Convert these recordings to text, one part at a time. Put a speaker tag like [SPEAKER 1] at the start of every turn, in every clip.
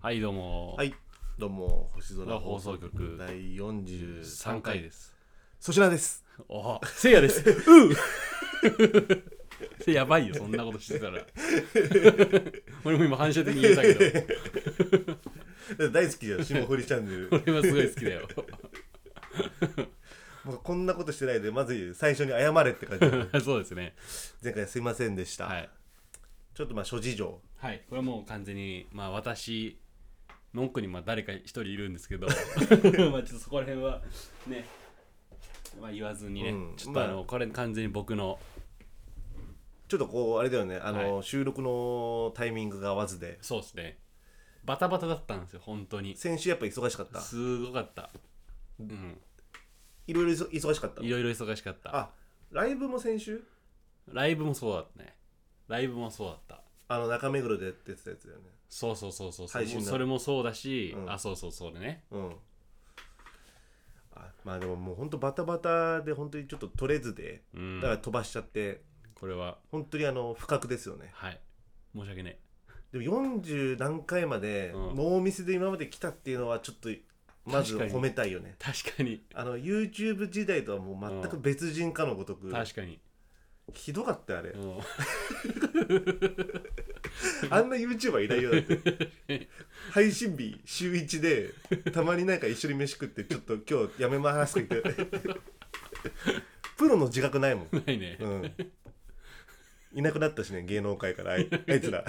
[SPEAKER 1] はいどうも、
[SPEAKER 2] はい、どうも星空
[SPEAKER 1] 放送局
[SPEAKER 2] 第43
[SPEAKER 1] 3回
[SPEAKER 2] 回
[SPEAKER 1] です
[SPEAKER 2] そちらです
[SPEAKER 1] おおせいやです ううせいやばいよそんなことしてたら俺も今反射的に言えたけ
[SPEAKER 2] 大好きだよ霜降りチャンネル
[SPEAKER 1] ど 俺はすごい好きだよ
[SPEAKER 2] もうこんなことしてないでまず最初に謝れって感じ
[SPEAKER 1] そうですね
[SPEAKER 2] 前回すいませんでした、
[SPEAKER 1] はい
[SPEAKER 2] ちょっとまあ諸事情
[SPEAKER 1] はいこれはもう完全にまあ私の奥にまあ誰か一人いるんですけど まあちょっとそこら辺はねまあ言わずにね、
[SPEAKER 2] うん
[SPEAKER 1] ちょっとあの、
[SPEAKER 2] ま
[SPEAKER 1] これ完全に僕の
[SPEAKER 2] ちょっとこうあれだよねあの、
[SPEAKER 1] は
[SPEAKER 2] 収録のタイミングが合わずで
[SPEAKER 1] そうですねバタバタだったんですよ本当に
[SPEAKER 2] 先週やっぱ忙しかった
[SPEAKER 1] すごかったうん
[SPEAKER 2] いろいろ忙忙しかったの
[SPEAKER 1] いろいろ忙しかった
[SPEAKER 2] あライブも先週
[SPEAKER 1] ライブもそうだったねライブもそうだった
[SPEAKER 2] あの中目黒でやってたやつだよね
[SPEAKER 1] そうそうそうそうそう
[SPEAKER 2] 配信の
[SPEAKER 1] それもそうだし、
[SPEAKER 2] うん
[SPEAKER 1] あそうそうそうでね
[SPEAKER 2] うんあまあでももうほんとバタバタで本当にちょっと取れずで
[SPEAKER 1] うん
[SPEAKER 2] だから飛ばしちゃって、
[SPEAKER 1] これは
[SPEAKER 2] 本当にあの不覚ですよね
[SPEAKER 1] はい申し訳ない
[SPEAKER 2] でも40何回まで
[SPEAKER 1] うん
[SPEAKER 2] ノーミスで今まで来たっていうのはちょっとまず
[SPEAKER 1] 確かに
[SPEAKER 2] 褒めたいよね
[SPEAKER 1] 確かに
[SPEAKER 2] あの YouTube 時代とはもう全く別人かのごとく、
[SPEAKER 1] 確かに、
[SPEAKER 2] ひどかったよあれ、
[SPEAKER 1] うん
[SPEAKER 2] あんな YouTuber いないよだって 配信日週1でたまになんか一緒に飯食ってちょっと今日やめますって言って プロの自覚ないもん、
[SPEAKER 1] ないね、
[SPEAKER 2] うん、いなくなったしね芸能界から あいあいつらやっ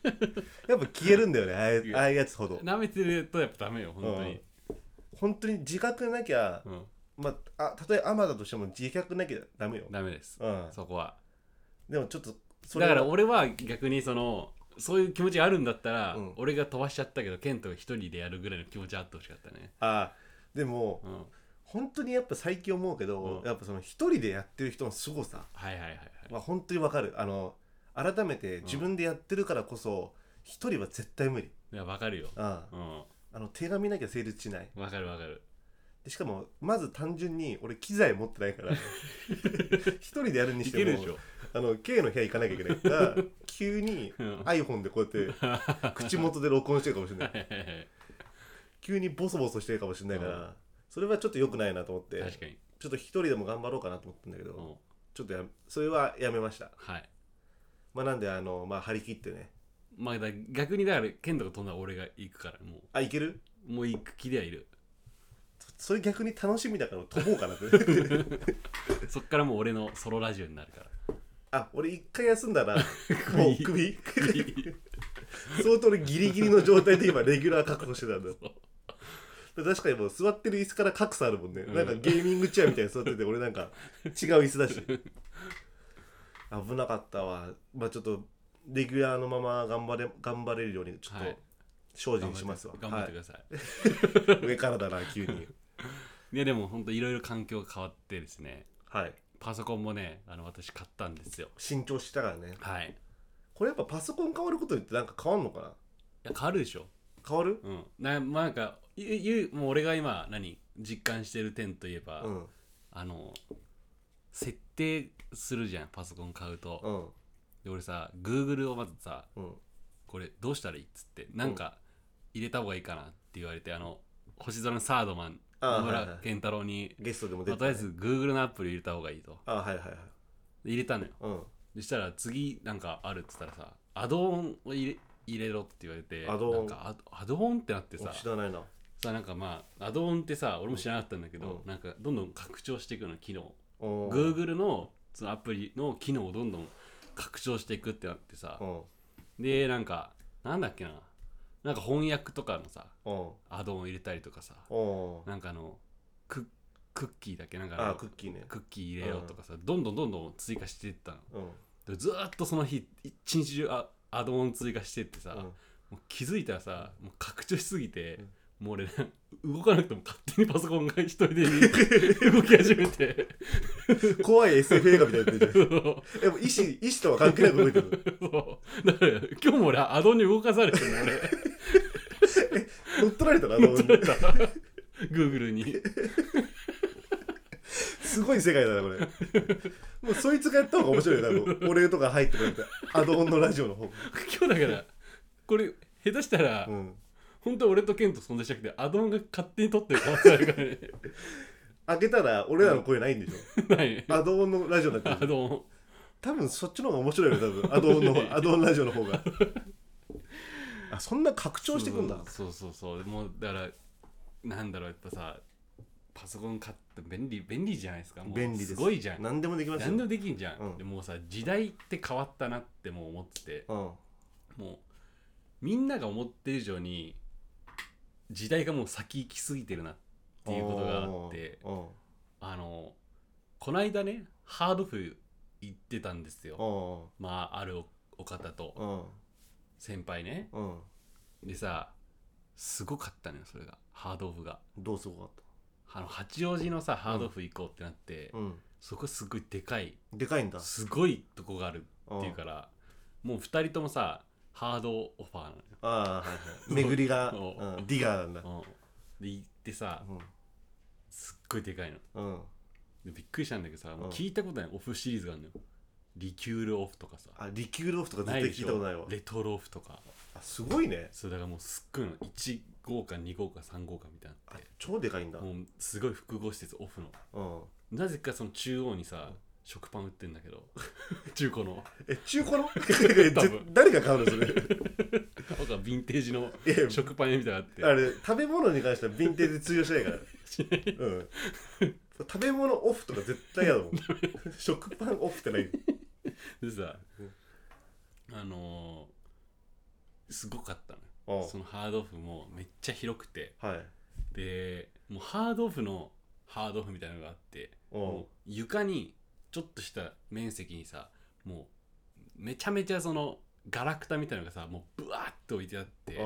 [SPEAKER 2] ぱ消えるんだよねああいうああいうやつほど
[SPEAKER 1] 舐めてるとやっぱダメよ本当に、
[SPEAKER 2] 本当に自覚なきゃ
[SPEAKER 1] う、ん
[SPEAKER 2] まあ、あたとえアマだとしても自覚なきゃダメよ、
[SPEAKER 1] ダメです
[SPEAKER 2] うん、
[SPEAKER 1] そこは
[SPEAKER 2] でもちょっとそれ
[SPEAKER 1] だ
[SPEAKER 2] は
[SPEAKER 1] から俺は逆にそのそういう気持ちがあるんだったら、
[SPEAKER 2] うん
[SPEAKER 1] 俺が飛ばしちゃったけどケントが一人でやるぐらいの気持ちはあってほしかったね
[SPEAKER 2] あでも、
[SPEAKER 1] うん
[SPEAKER 2] 本当にやっぱ最近思うけど、
[SPEAKER 1] うん
[SPEAKER 2] やっぱその一人でやってる人の凄さ
[SPEAKER 1] はいはいはいはい
[SPEAKER 2] は本当にわかるあの改めて自分でやってるからこそ一人は絶対無理、
[SPEAKER 1] いやわかるよ
[SPEAKER 2] うん、あ
[SPEAKER 1] うん
[SPEAKER 2] の手紙なきゃ成立しない
[SPEAKER 1] わかるわかる
[SPEAKER 2] でしかもまず単純に俺機材持ってな いから一人でやるに
[SPEAKER 1] い
[SPEAKER 2] して
[SPEAKER 1] ける
[SPEAKER 2] も
[SPEAKER 1] でしょ
[SPEAKER 2] あの K の部屋行かなきゃいけないから急に
[SPEAKER 1] うん
[SPEAKER 2] iPhone でこうやって口元で録音してるかもし れない急にボソボソしてるかもしれないから、
[SPEAKER 1] うん
[SPEAKER 2] それはちょっと良くないなと思って
[SPEAKER 1] 確かに、
[SPEAKER 2] ちょっと一人でも頑張ろうかなと思ったんだけど、
[SPEAKER 1] うん、
[SPEAKER 2] ちょっとやそれはやめました
[SPEAKER 1] はい
[SPEAKER 2] まあなんであのまあ張り切ってね
[SPEAKER 1] まあだ逆にだからケントが飛んだら俺が行くからも
[SPEAKER 2] あいける
[SPEAKER 1] うもう行く気ではいる
[SPEAKER 2] それ逆に楽しみだから飛ぼう かなって
[SPEAKER 1] そっからもう俺のソロラジオになるから
[SPEAKER 2] あ俺一回休んだ らもう首
[SPEAKER 1] 首
[SPEAKER 2] 相当俺ギリギリの状態で今レギュラー確保してたんだよ確かにもう座ってる椅子から格差あるもんね、
[SPEAKER 1] うん
[SPEAKER 2] なんかゲーミングチェアみたいに座ってて俺なんか違う椅子だし危なかったわまあちょっとレギュラーのまま頑張れ頑張れるようにちょっ
[SPEAKER 1] はい
[SPEAKER 2] と精進しますわ、
[SPEAKER 1] 頑張ってください、
[SPEAKER 2] はい上からだな急に
[SPEAKER 1] い、やでも本当いろいろ環境が変わってですね
[SPEAKER 2] はい
[SPEAKER 1] パソコンもねあの私買ったんですよ
[SPEAKER 2] 慎重したからね
[SPEAKER 1] はいい
[SPEAKER 2] これやっぱパソコン変わることによってなんか変わんのかな
[SPEAKER 1] や変わるでしょ
[SPEAKER 2] 変わる
[SPEAKER 1] うんなまあなんかゆゆもう俺が今何実感してる点といえば、
[SPEAKER 2] うん
[SPEAKER 1] あの設定するじゃんパソコン買うと、
[SPEAKER 2] う
[SPEAKER 1] で
[SPEAKER 2] ん
[SPEAKER 1] 俺さ Google をまずさ
[SPEAKER 2] うん
[SPEAKER 1] これどうしたらいいっつってなんか入れた方がいいかなって言われてあの星空のサードマン
[SPEAKER 2] あー
[SPEAKER 1] 野
[SPEAKER 2] はいは
[SPEAKER 1] 村
[SPEAKER 2] い
[SPEAKER 1] 健太郎に、
[SPEAKER 2] ゲストでも
[SPEAKER 1] ま
[SPEAKER 2] 出
[SPEAKER 1] あ
[SPEAKER 2] て
[SPEAKER 1] とりあえず Google のアプリ入れた方がいいと
[SPEAKER 2] あはいはいはい
[SPEAKER 1] で入れたのよ
[SPEAKER 2] うん
[SPEAKER 1] そしたら次なんかあるっつったらさアドオンを入れ入れろって言われて
[SPEAKER 2] アドオン
[SPEAKER 1] なんかアアドオンってなってさ
[SPEAKER 2] 知らないな
[SPEAKER 1] さなんかまあアドオンってさ俺も知らなかったんだけど、
[SPEAKER 2] うん
[SPEAKER 1] なんかどんどん拡張していくの機能
[SPEAKER 2] うん
[SPEAKER 1] Google のそのアプリの機能をどんどん拡張していくってなってさ、
[SPEAKER 2] うん
[SPEAKER 1] でなんかなんだっけななんか翻訳とかのさ
[SPEAKER 2] うん
[SPEAKER 1] アドオン入れたりとかさ
[SPEAKER 2] うん
[SPEAKER 1] なんかあのククッキーだっけなんかあの
[SPEAKER 2] あクッキーね
[SPEAKER 1] クッキー入れようとかさ、どんどんどんどん追加していったの
[SPEAKER 2] う
[SPEAKER 1] で
[SPEAKER 2] ん
[SPEAKER 1] ずーっとその日一日中アアドオン追加してってさ、
[SPEAKER 2] うん
[SPEAKER 1] もう気づいたらさもう拡張しすぎて、
[SPEAKER 2] うん
[SPEAKER 1] もう俺な動かなくても勝手にパソコンが一人で 動き始めて
[SPEAKER 2] 怖い SF 映画みたいになってるじ
[SPEAKER 1] そ
[SPEAKER 2] ゃん
[SPEAKER 1] う
[SPEAKER 2] でも意思意思とは関係なく動いてる
[SPEAKER 1] そうだから今日も俺アドオンに動かされてるの 俺
[SPEAKER 2] 乗っ取られたなあの
[SPEAKER 1] 取れた Google に
[SPEAKER 2] すごい世界だなこれもうそいつがやっ た方が面白いよ多分俺とか入ってくれてアドオンのラジオの方
[SPEAKER 1] 今日だからこれ下手したら、
[SPEAKER 2] うん、
[SPEAKER 1] 本当は俺とケンと存在しなくてアドオンが勝手に取ってる可能性あるからね
[SPEAKER 2] 開けたら俺らの声ないんでしょ、
[SPEAKER 1] ない
[SPEAKER 2] アドオンのラジオになってる
[SPEAKER 1] アドオン
[SPEAKER 2] 多分そっちの方が面白いよ多分アドオン の方アドオンラジオの方があそんな拡張してくんだ
[SPEAKER 1] そうそうそうそうもうだからなんだろうやっぱさパソコン買って便利便利じゃないですかもう
[SPEAKER 2] 便利です
[SPEAKER 1] ごいじゃん
[SPEAKER 2] 何でもできますよ
[SPEAKER 1] 何でもできんじゃん、
[SPEAKER 2] うん
[SPEAKER 1] でもうさ時代って変わったなってもう思ってて
[SPEAKER 2] うん
[SPEAKER 1] もうみんなが思ってる以上に時代がもう先行きすぎてるなっていうことがあって
[SPEAKER 2] うんうん
[SPEAKER 1] あのこないだねハードフ行ってたんですよ
[SPEAKER 2] う
[SPEAKER 1] まああるおお方と
[SPEAKER 2] んうん
[SPEAKER 1] 先輩ね
[SPEAKER 2] うん
[SPEAKER 1] でさすごかったのよそれがハードオフが
[SPEAKER 2] どうすごかっ
[SPEAKER 1] あの八王子のさハードオフ行こうってなって、
[SPEAKER 2] たうん
[SPEAKER 1] そこすごいでかい
[SPEAKER 2] でかいんだ
[SPEAKER 1] すごいとこがある
[SPEAKER 2] うん
[SPEAKER 1] っていうから、もう2人ともさハードオファーなのよ
[SPEAKER 2] ああはいはい巡りが、う、
[SPEAKER 1] そうん
[SPEAKER 2] ディガーなんだ、
[SPEAKER 1] で行ってさすっごいでかいの
[SPEAKER 2] うんうん、
[SPEAKER 1] でびっくりしたんだけどさもう
[SPEAKER 2] うん
[SPEAKER 1] 聞いたことないオフシリーズがあるのよリキュールオフとかさ
[SPEAKER 2] あリキュールオフとか
[SPEAKER 1] ない
[SPEAKER 2] 絶
[SPEAKER 1] でし
[SPEAKER 2] 対聞いたこと
[SPEAKER 1] ょ
[SPEAKER 2] ないわ
[SPEAKER 1] レトロオフとか
[SPEAKER 2] あすごいね
[SPEAKER 1] それだからもうすっごいの1号か2号か3号かみたいなのあ
[SPEAKER 2] あ
[SPEAKER 1] って
[SPEAKER 2] 超でかいんだうん
[SPEAKER 1] もうすごい複合施設オフのなぜかその中央にさ食パン売ってんだけど 中古の
[SPEAKER 2] え中古のぜ
[SPEAKER 1] 多分
[SPEAKER 2] 誰が買うの それ
[SPEAKER 1] なんかヴィンテージの
[SPEAKER 2] いや
[SPEAKER 1] 食パン屋みたいなのあって
[SPEAKER 2] あれ食べ物に関してはヴィンテージ通用 しないからうん食べ物オフとか絶対やだもん食パンオフっ てない
[SPEAKER 1] でさ
[SPEAKER 2] うん
[SPEAKER 1] あのーすごかったのよ
[SPEAKER 2] あ
[SPEAKER 1] そのハードオフもめっちゃ広くて
[SPEAKER 2] はい
[SPEAKER 1] でもうハードオフのハードオフみたいなのがあってもう
[SPEAKER 2] お
[SPEAKER 1] 床にちょっとした面積にさもうめちゃめちゃそのガラクタみたいなのがさもうブワーッと置いてあって
[SPEAKER 2] あ
[SPEAKER 1] で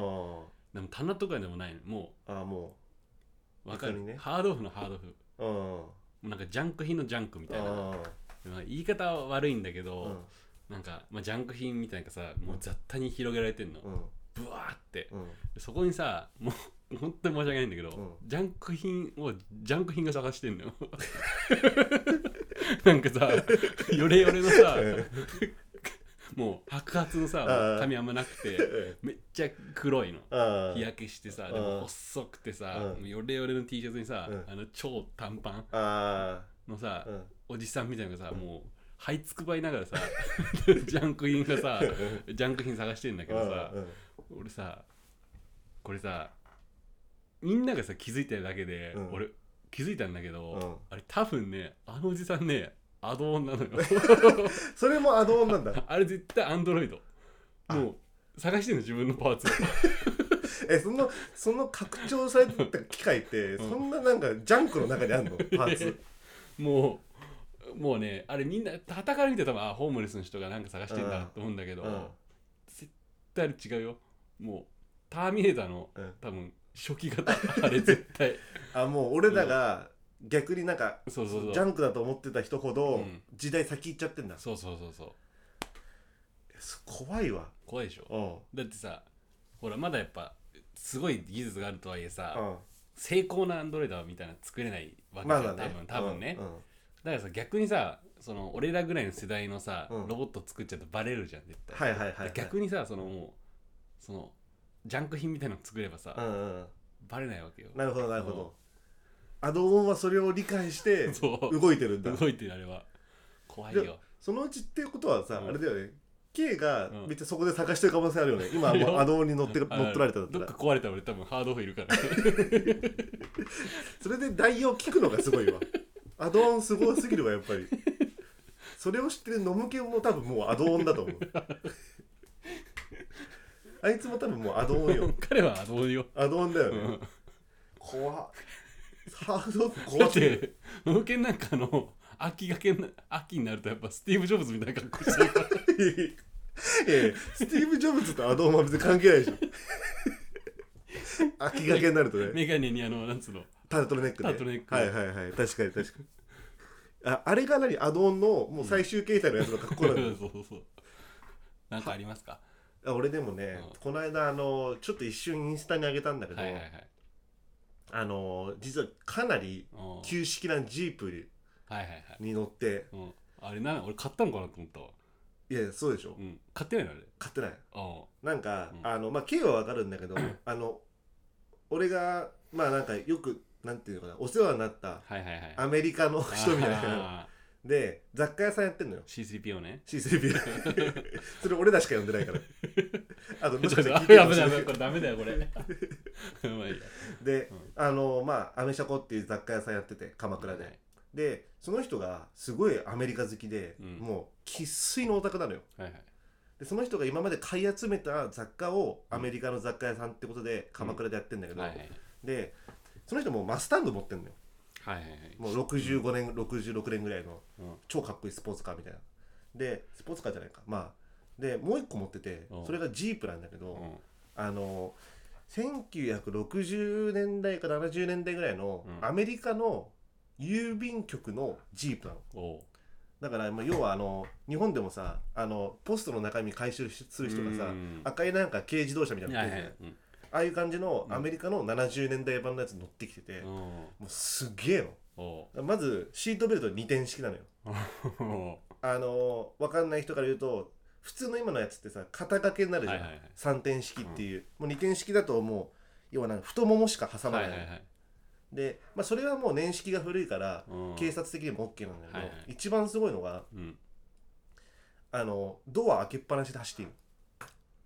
[SPEAKER 1] も棚とかでもないのも
[SPEAKER 2] ああも
[SPEAKER 1] うわかる、
[SPEAKER 2] 床にね
[SPEAKER 1] ハードオフのハードオフも
[SPEAKER 2] うう
[SPEAKER 1] う
[SPEAKER 2] ん
[SPEAKER 1] なんかジャンク品のジャンクみたいな
[SPEAKER 2] あ
[SPEAKER 1] まあ言い方は悪いんだけ
[SPEAKER 2] あ
[SPEAKER 1] ど、
[SPEAKER 2] うん
[SPEAKER 1] なんか、まあ、ジャンク品みたいなのがさもう雑多に広げられてんの、
[SPEAKER 2] うん
[SPEAKER 1] ブワーって
[SPEAKER 2] うん
[SPEAKER 1] そこにさもう本当に申し訳ないんだけど、
[SPEAKER 2] う
[SPEAKER 1] ジャンク品をジャンク品が探してんのよ なんかさヨレヨレのさもう白髪のさ
[SPEAKER 2] あー
[SPEAKER 1] もう髪あんまなくてめっちゃ黒いの
[SPEAKER 2] ああ
[SPEAKER 1] 日焼けしてさで
[SPEAKER 2] うん
[SPEAKER 1] も細くてさ
[SPEAKER 2] うん
[SPEAKER 1] もうヨレヨレの T シャツにさ、
[SPEAKER 2] うん
[SPEAKER 1] あの超短パン
[SPEAKER 2] あ
[SPEAKER 1] のさ、
[SPEAKER 2] あうん
[SPEAKER 1] おじさんみたいなのがさもう這いつくばいなが らさジャンク品がさジャンク品探してんだけどさ
[SPEAKER 2] うん
[SPEAKER 1] 俺さこれさみんながさ気づいてるだけで、
[SPEAKER 2] うん
[SPEAKER 1] 俺気づいたんだけど、
[SPEAKER 2] うん
[SPEAKER 1] あれ多分ねあのおじさんねアドオンなの よ
[SPEAKER 2] それもアドオンなんだ
[SPEAKER 1] あれ絶対アンドロイド
[SPEAKER 2] あ
[SPEAKER 1] もう探してんの自分のパーツ
[SPEAKER 2] えそのその拡張された機械って
[SPEAKER 1] うん
[SPEAKER 2] そんななんかジャンクの中に あんのパーツ
[SPEAKER 1] もうもうねあれみんなたから見て多分あホームレスの人がなんか探してんだと思うんだけど、
[SPEAKER 2] うん
[SPEAKER 1] 絶対あれ違うよもうターミネーターの
[SPEAKER 2] うん
[SPEAKER 1] 多分初期型あれ絶 対
[SPEAKER 2] あもう俺らが逆になんか
[SPEAKER 1] そうそうそう
[SPEAKER 2] ジャンクだと思ってた人ほど
[SPEAKER 1] うん
[SPEAKER 2] 時代先行っちゃってんだ、
[SPEAKER 1] そうそうそうそう
[SPEAKER 2] そ怖いわ
[SPEAKER 1] 怖いでしょ
[SPEAKER 2] うん
[SPEAKER 1] だってさほらまだやっぱすごい技術があるとはいえさ、
[SPEAKER 2] うん
[SPEAKER 1] 成功なアンドロイドみたいなの作れないわけじゃ
[SPEAKER 2] ま
[SPEAKER 1] ん、
[SPEAKER 2] だね
[SPEAKER 1] 多分多分ね、
[SPEAKER 2] う
[SPEAKER 1] だ
[SPEAKER 2] ん
[SPEAKER 1] からさ逆にさその俺らぐらいの世代のさ、
[SPEAKER 2] うん
[SPEAKER 1] ロボット作っちゃうとバレるじゃん絶対、
[SPEAKER 2] はいはいはい、はい、
[SPEAKER 1] 逆にさそのもうそのジャンク品みたいなの作ればさ、
[SPEAKER 2] うんうん
[SPEAKER 1] バレないわけよ
[SPEAKER 2] なるほどなるほどアドオンはそれを理解して
[SPEAKER 1] そう
[SPEAKER 2] 動いてるんだ
[SPEAKER 1] 動いてるあれは怖いよ
[SPEAKER 2] そのうちっていうことはさ、
[SPEAKER 1] うん
[SPEAKER 2] あれだよね K が
[SPEAKER 1] うん
[SPEAKER 2] めっちゃそこで探してる可能性あるよね、今もうアドオンに乗ってる乗っ取られたんだ
[SPEAKER 1] ど
[SPEAKER 2] っ
[SPEAKER 1] ったから壊れたら俺多分ハードオフいるから
[SPEAKER 2] それで代用聞くのがす ごいわアドオンすごすぎるわやっぱりそれを知ってるノムケンも多分もうアドオンだと思うあいつも多分もうアドオンよ
[SPEAKER 1] 彼はどうよ、
[SPEAKER 2] アドオンだよ
[SPEAKER 1] う
[SPEAKER 2] ね、
[SPEAKER 1] ん、
[SPEAKER 2] 怖っハードオン
[SPEAKER 1] だ
[SPEAKER 2] 怖
[SPEAKER 1] っ
[SPEAKER 2] すぎる
[SPEAKER 1] て農研なんかあの秋がけな秋になるとやっぱスティーブ・ジョブズみたいな格好してるから
[SPEAKER 2] いやいやスティーブ・ジョブズとアドオンは別に関係 ないでしょ秋がけになるとね
[SPEAKER 1] メガネにあのなんつうの
[SPEAKER 2] タートルネックね
[SPEAKER 1] タートルネック
[SPEAKER 2] はいはいはい確かに確かにああれが何アドオンのもう最終形態のやつの格好
[SPEAKER 1] そ
[SPEAKER 2] なん
[SPEAKER 1] う
[SPEAKER 2] だ、
[SPEAKER 1] そうそうなんかありますか
[SPEAKER 2] あ俺でもね、
[SPEAKER 1] うん
[SPEAKER 2] この間あのちょっと一瞬インスタに上げたんだけど、
[SPEAKER 1] はいはいはい
[SPEAKER 2] あの実はかなり
[SPEAKER 1] おー
[SPEAKER 2] 旧式なジープ
[SPEAKER 1] はいはいはい
[SPEAKER 2] に乗って
[SPEAKER 1] うんあれな俺買ったのかなと思ったわ
[SPEAKER 2] いやいやそうでしょ
[SPEAKER 1] うん、買ってないのあれ
[SPEAKER 2] 買ってない
[SPEAKER 1] あ
[SPEAKER 2] なんか、
[SPEAKER 1] うん
[SPEAKER 2] あのまあ経緯はわかるんだけどあの俺がまあなんかよくなんていうのかなお世話になった
[SPEAKER 1] あはいはいはい
[SPEAKER 2] アメリカの人みたいな
[SPEAKER 1] あ
[SPEAKER 2] で雑貨屋さんやってんのよ
[SPEAKER 1] ー C3PO ね
[SPEAKER 2] C3P それ俺らしか呼んでないからあのもし
[SPEAKER 1] ちょ
[SPEAKER 2] か
[SPEAKER 1] っ
[SPEAKER 2] した
[SPEAKER 1] と
[SPEAKER 2] ら
[SPEAKER 1] あ
[SPEAKER 2] 聞
[SPEAKER 1] ダメ
[SPEAKER 2] いてるかもし
[SPEAKER 1] だよ
[SPEAKER 2] れない
[SPEAKER 1] これダメだよこ れまあいいや
[SPEAKER 2] で
[SPEAKER 1] うん
[SPEAKER 2] あのまあアメシャコっていう雑貨屋さんやってて鎌倉ででその人がすごいアメリカ好きで、
[SPEAKER 1] うん
[SPEAKER 2] もう生粋のオタクなのよ
[SPEAKER 1] はいはい
[SPEAKER 2] でその人が今まで買い集めた雑貨をアメリカの雑貨屋さんってことで鎌倉でやってんだけど、
[SPEAKER 1] はいはい
[SPEAKER 2] でその人もうマスタング持ってんのよ
[SPEAKER 1] はいはいはい
[SPEAKER 2] もう65年、66年ぐらいの
[SPEAKER 1] うん
[SPEAKER 2] 超かっこいいスポーツカーみたいなでスポーツカーじゃないかまあでもう一個持ってて
[SPEAKER 1] うん
[SPEAKER 2] それがジープなんだけど、
[SPEAKER 1] うん
[SPEAKER 2] あの1960年代か70年代ぐらいの
[SPEAKER 1] うん
[SPEAKER 2] アメリカの郵便局のジープなの
[SPEAKER 1] おう
[SPEAKER 2] だから、まあ、要はあの日本でもさあのポストの中身回収する人がさ
[SPEAKER 1] うん
[SPEAKER 2] 赤いなんか軽自動車みたいなの
[SPEAKER 1] はい
[SPEAKER 2] 乗っ
[SPEAKER 1] は
[SPEAKER 2] てる
[SPEAKER 1] い
[SPEAKER 2] じゃない
[SPEAKER 1] うん
[SPEAKER 2] ああいう感じの
[SPEAKER 1] うん
[SPEAKER 2] アメリカの70年代版のやつ乗ってきてて、も
[SPEAKER 1] おう
[SPEAKER 2] うすげえ
[SPEAKER 1] お
[SPEAKER 2] のまずシートベルト2点式なのよ
[SPEAKER 1] うお
[SPEAKER 2] あの分かんない人から言うと普通の今のやつってさ肩掛けになる
[SPEAKER 1] う
[SPEAKER 2] じゃ
[SPEAKER 1] は
[SPEAKER 2] ん、
[SPEAKER 1] いはいはい
[SPEAKER 2] 3点式っていう、もう2点式だともう要はなんか太ももしか挟ま
[SPEAKER 1] は
[SPEAKER 2] ないい,、
[SPEAKER 1] はいはい
[SPEAKER 2] で、まあ、それはもう年式が古いから、
[SPEAKER 1] うん
[SPEAKER 2] 警察的にも OK なんだけど、
[SPEAKER 1] はいはい
[SPEAKER 2] 一番すごいのが
[SPEAKER 1] うん
[SPEAKER 2] あのドア開けっぱなしで走っている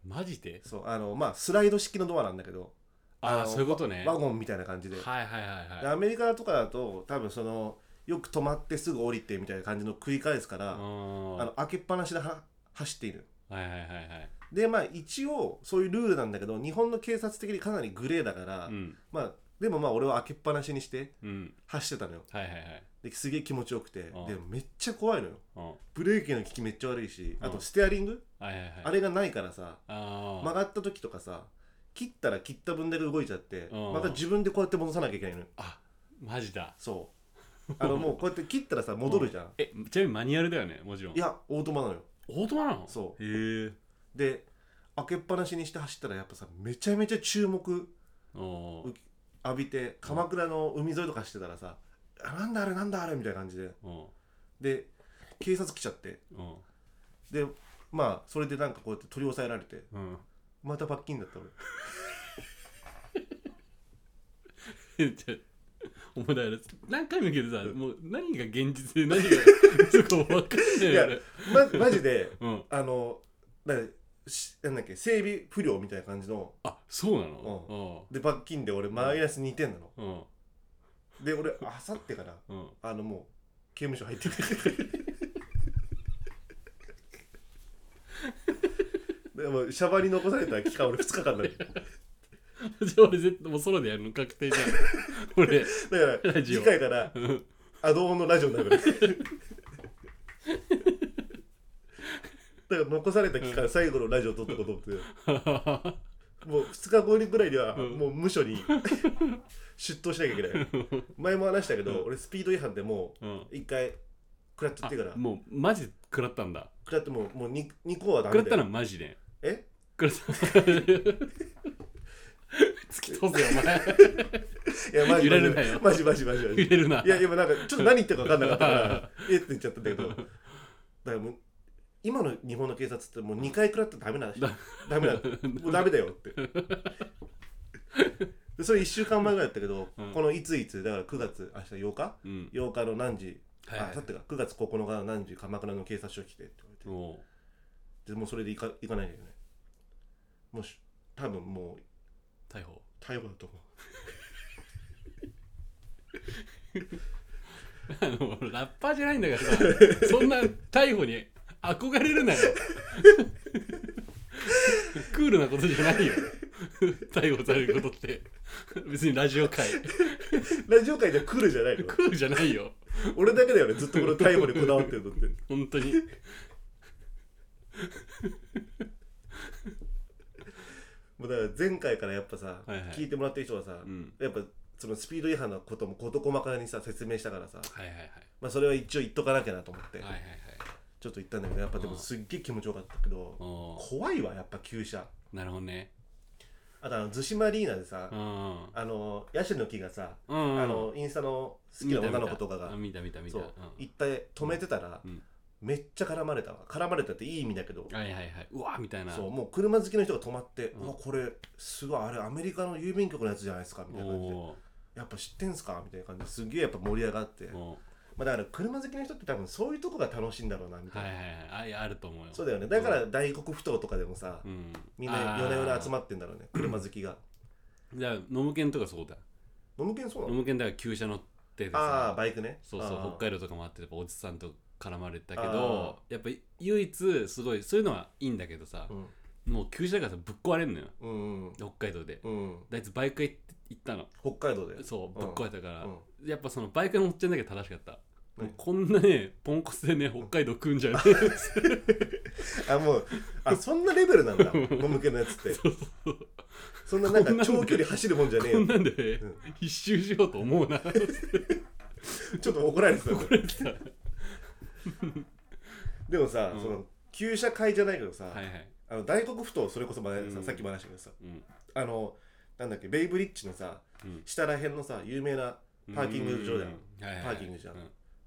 [SPEAKER 1] マジで
[SPEAKER 2] そうあのまあスライド式のドアなんだけど
[SPEAKER 1] あ
[SPEAKER 2] あ
[SPEAKER 1] あ
[SPEAKER 2] の
[SPEAKER 1] そういうことね
[SPEAKER 2] ワ
[SPEAKER 1] はい
[SPEAKER 2] ゴンみたいな感じで,で、
[SPEAKER 1] はいはいはい
[SPEAKER 2] アメリカとかだと多分そのよく止まってすぐ降りてみたいな感じの繰り返すから、
[SPEAKER 1] うん
[SPEAKER 2] あ
[SPEAKER 1] は
[SPEAKER 2] の開けっぱなしでは走っている
[SPEAKER 1] いはいはいはい
[SPEAKER 2] でまあ一応そういうルールなんだけど日本の警察的にかなりグレーだから、
[SPEAKER 1] うん
[SPEAKER 2] まあでもまあ俺は開けっぱなしにして
[SPEAKER 1] うん
[SPEAKER 2] 走ってたのよ
[SPEAKER 1] はいはいはい
[SPEAKER 2] ですげえ気持ちよくてで
[SPEAKER 1] ああ
[SPEAKER 2] めっちゃ怖いのよ
[SPEAKER 1] うんは
[SPEAKER 2] ブレーキの効きめっちゃ悪いし
[SPEAKER 1] ああ
[SPEAKER 2] あとステアリング
[SPEAKER 1] いはいはい
[SPEAKER 2] あれがないからさ
[SPEAKER 1] あ
[SPEAKER 2] 曲
[SPEAKER 1] あ
[SPEAKER 2] がった時とかさ切ったら切った分だけ動いちゃって
[SPEAKER 1] ああ
[SPEAKER 2] また自分でこうやって戻さなきゃいけないのよ
[SPEAKER 1] あマジだ
[SPEAKER 2] そうあのもうこうやって切ったらさ戻るじゃん
[SPEAKER 1] えちなみにマニュアルだよねもちろん
[SPEAKER 2] いやオートマなのよ
[SPEAKER 1] オートマなの
[SPEAKER 2] そう
[SPEAKER 1] へえ
[SPEAKER 2] で開けっぱなしにして走ったらやっぱさめちゃめちゃ注目
[SPEAKER 1] おー
[SPEAKER 2] 浴びて鎌倉の海沿いとかしてたらさ「あなんだあれなんだあれ」みたいな感じで
[SPEAKER 1] お
[SPEAKER 2] で警察来ちゃって
[SPEAKER 1] ーお
[SPEAKER 2] でまあそれでなんかこうやって取り押さえられて
[SPEAKER 1] ーうん
[SPEAKER 2] また罰金だった 俺
[SPEAKER 1] ってお前だから何回も言うけどさ、もう何が現実で何がそこ分かんないよね
[SPEAKER 2] まマジで
[SPEAKER 1] うん
[SPEAKER 2] あのだしなんだっけ整備不良みたいな感じの
[SPEAKER 1] あそうなの
[SPEAKER 2] で罰金で俺マイナス2点なの
[SPEAKER 1] うんうん
[SPEAKER 2] で俺あさってから
[SPEAKER 1] うん
[SPEAKER 2] あのもう刑務所入ってくるでもシャバに残された期間俺2日間だよ
[SPEAKER 1] じゃあ俺絶対もうソロでやるの確定じ ゃん俺
[SPEAKER 2] だか
[SPEAKER 1] ラ
[SPEAKER 2] ら
[SPEAKER 1] ジオ
[SPEAKER 2] 次回から
[SPEAKER 1] うん
[SPEAKER 2] アドオンのラジオになるだから残された期間最後のラジオ撮っとこうと思ってもう2日後にぐらいには
[SPEAKER 1] うん
[SPEAKER 2] もう無所に出頭しなきゃいけない前も話したけど俺スピード違反でも
[SPEAKER 1] うん
[SPEAKER 2] う1回食らっちゃってるから
[SPEAKER 1] あもうマジで食らったんだ
[SPEAKER 2] 食らってもうもう 2, 2個はダ
[SPEAKER 1] 食ら
[SPEAKER 2] メ
[SPEAKER 1] っ
[SPEAKER 2] だ
[SPEAKER 1] た
[SPEAKER 2] よ
[SPEAKER 1] のはマジで
[SPEAKER 2] え
[SPEAKER 1] 食らった突き通せよお 前
[SPEAKER 2] いやマジ
[SPEAKER 1] 揺れ
[SPEAKER 2] マジ
[SPEAKER 1] るなよ
[SPEAKER 2] マジマジマジマ
[SPEAKER 1] 入
[SPEAKER 2] ジ
[SPEAKER 1] れるない
[SPEAKER 2] やでもなんかちょっと何言ってるか分かんなかっ たからえって言っちゃったんだけどだからもう今の日本の警察ってもう2回食らったらダメなんだ
[SPEAKER 1] だ
[SPEAKER 2] ダメだもうダメだよってでそれ1週間前ぐらいだったけど、
[SPEAKER 1] ん
[SPEAKER 2] このいついつだから9月明日8日
[SPEAKER 1] うん
[SPEAKER 2] 8日の何時、
[SPEAKER 1] はいはい
[SPEAKER 2] あさってか9月9日の何時鎌倉の警察署来てって言われて
[SPEAKER 1] おう
[SPEAKER 2] でもうそれで行か行かないといけないもうし多分もう
[SPEAKER 1] 逮捕
[SPEAKER 2] 逮捕だと思う
[SPEAKER 1] あのラッパーじゃないんだからさ そんな逮捕に憧れるなよ クールなことじゃないよ逮捕されることって別にラジオ界
[SPEAKER 2] ラジオ界じゃ来るじゃないの
[SPEAKER 1] クールじゃないよ
[SPEAKER 2] 俺だけだよねずっとこの逮捕にこだわってるのって
[SPEAKER 1] 本当に
[SPEAKER 2] もうだから前回からやっぱさ、
[SPEAKER 1] はいはい
[SPEAKER 2] 聞いてもらってる人はさ、
[SPEAKER 1] うん
[SPEAKER 2] やっぱそのスピード違反のことも事細かにさ説明したからさ、
[SPEAKER 1] はいはいはい
[SPEAKER 2] まあ、それは一応言っとかなきゃなと思って、
[SPEAKER 1] はいはいはい
[SPEAKER 2] ちょっと言ったんだけどやっぱでもすっげえ気持ちよかったけど、
[SPEAKER 1] お
[SPEAKER 2] 怖いわやっぱ急車
[SPEAKER 1] ーなるほどね
[SPEAKER 2] あとあの逗子マリーナでさ、
[SPEAKER 1] うん
[SPEAKER 2] あのヤシの木がさ、
[SPEAKER 1] うん
[SPEAKER 2] あのインスタの好きな女の子とかが
[SPEAKER 1] 見た見た見た見た
[SPEAKER 2] そうう、一体止めてたら、
[SPEAKER 1] うん
[SPEAKER 2] めっちゃ絡まれたわ絡まれたっていい意味だけど
[SPEAKER 1] はいはいはいうわみたいな
[SPEAKER 2] そうもう車好きの人が止まって、
[SPEAKER 1] う
[SPEAKER 2] うんわこれすごいあれアメリカの郵便局のやつじゃないですかみたいな感じで
[SPEAKER 1] お
[SPEAKER 2] やっぱ知ってんすかみたいな感じですげえやっぱ盛り上がって、
[SPEAKER 1] ー
[SPEAKER 2] ま
[SPEAKER 1] お
[SPEAKER 2] あ、だから車好きの人って多分そういうとこが楽しいんだろうなみ
[SPEAKER 1] ー
[SPEAKER 2] たい
[SPEAKER 1] は
[SPEAKER 2] な、
[SPEAKER 1] いはいはいあいやあると思うよ
[SPEAKER 2] そうだよねだから大黒ふ頭とかでもさ、
[SPEAKER 1] うん
[SPEAKER 2] みんな夜な夜な集
[SPEAKER 1] ま
[SPEAKER 2] まってんだろうね車好きが
[SPEAKER 1] じゃあノムケンとかそうだ
[SPEAKER 2] 飲むけんそうな
[SPEAKER 1] ノ
[SPEAKER 2] の
[SPEAKER 1] ムケンだから旧車乗ってて
[SPEAKER 2] ああ
[SPEAKER 1] さ
[SPEAKER 2] ーバイクね
[SPEAKER 1] そうそう北
[SPEAKER 2] 海
[SPEAKER 1] 海道とかもあってやっぱおじさんと絡まれたけどやっぱ唯一すごいそういうのはいいんだけどさ、もう旧車だからさぶっ壊れんのよ
[SPEAKER 2] うんうん
[SPEAKER 1] 北海道で、
[SPEAKER 2] うん、うん、
[SPEAKER 1] だいつバイク屋行って行ったの
[SPEAKER 2] 北海道で
[SPEAKER 1] そうぶっ壊れたから、
[SPEAKER 2] う
[SPEAKER 1] やっぱそのバイクの持ってんだけど正しかった、
[SPEAKER 2] うん
[SPEAKER 1] もうこんなねポンコツでね北海道食うんじゃねえ
[SPEAKER 2] あもうあそんなレベルな んだ飲むけのやつって
[SPEAKER 1] そうそう
[SPEAKER 2] そんななん
[SPEAKER 1] こんな
[SPEAKER 2] か
[SPEAKER 1] んで
[SPEAKER 2] 長距離走るもんじゃねえ
[SPEAKER 1] こん
[SPEAKER 2] よ
[SPEAKER 1] なんで、ね
[SPEAKER 2] うん
[SPEAKER 1] 一周しようと思うな
[SPEAKER 2] ちょっと怒られてたよ
[SPEAKER 1] これさは
[SPEAKER 2] でもさ、
[SPEAKER 1] うん
[SPEAKER 2] その旧車会じゃないけどさ、
[SPEAKER 1] いはい、
[SPEAKER 2] あの大黒ふ頭それこそまださ,、
[SPEAKER 1] うん
[SPEAKER 2] さっきも話したけどさ
[SPEAKER 1] うん
[SPEAKER 2] あのなんだっけベイブリッジのさ
[SPEAKER 1] うん
[SPEAKER 2] 下らへんのさ有名なパーキング場だよ
[SPEAKER 1] うんはいはい
[SPEAKER 2] パーキングじゃん
[SPEAKER 1] うん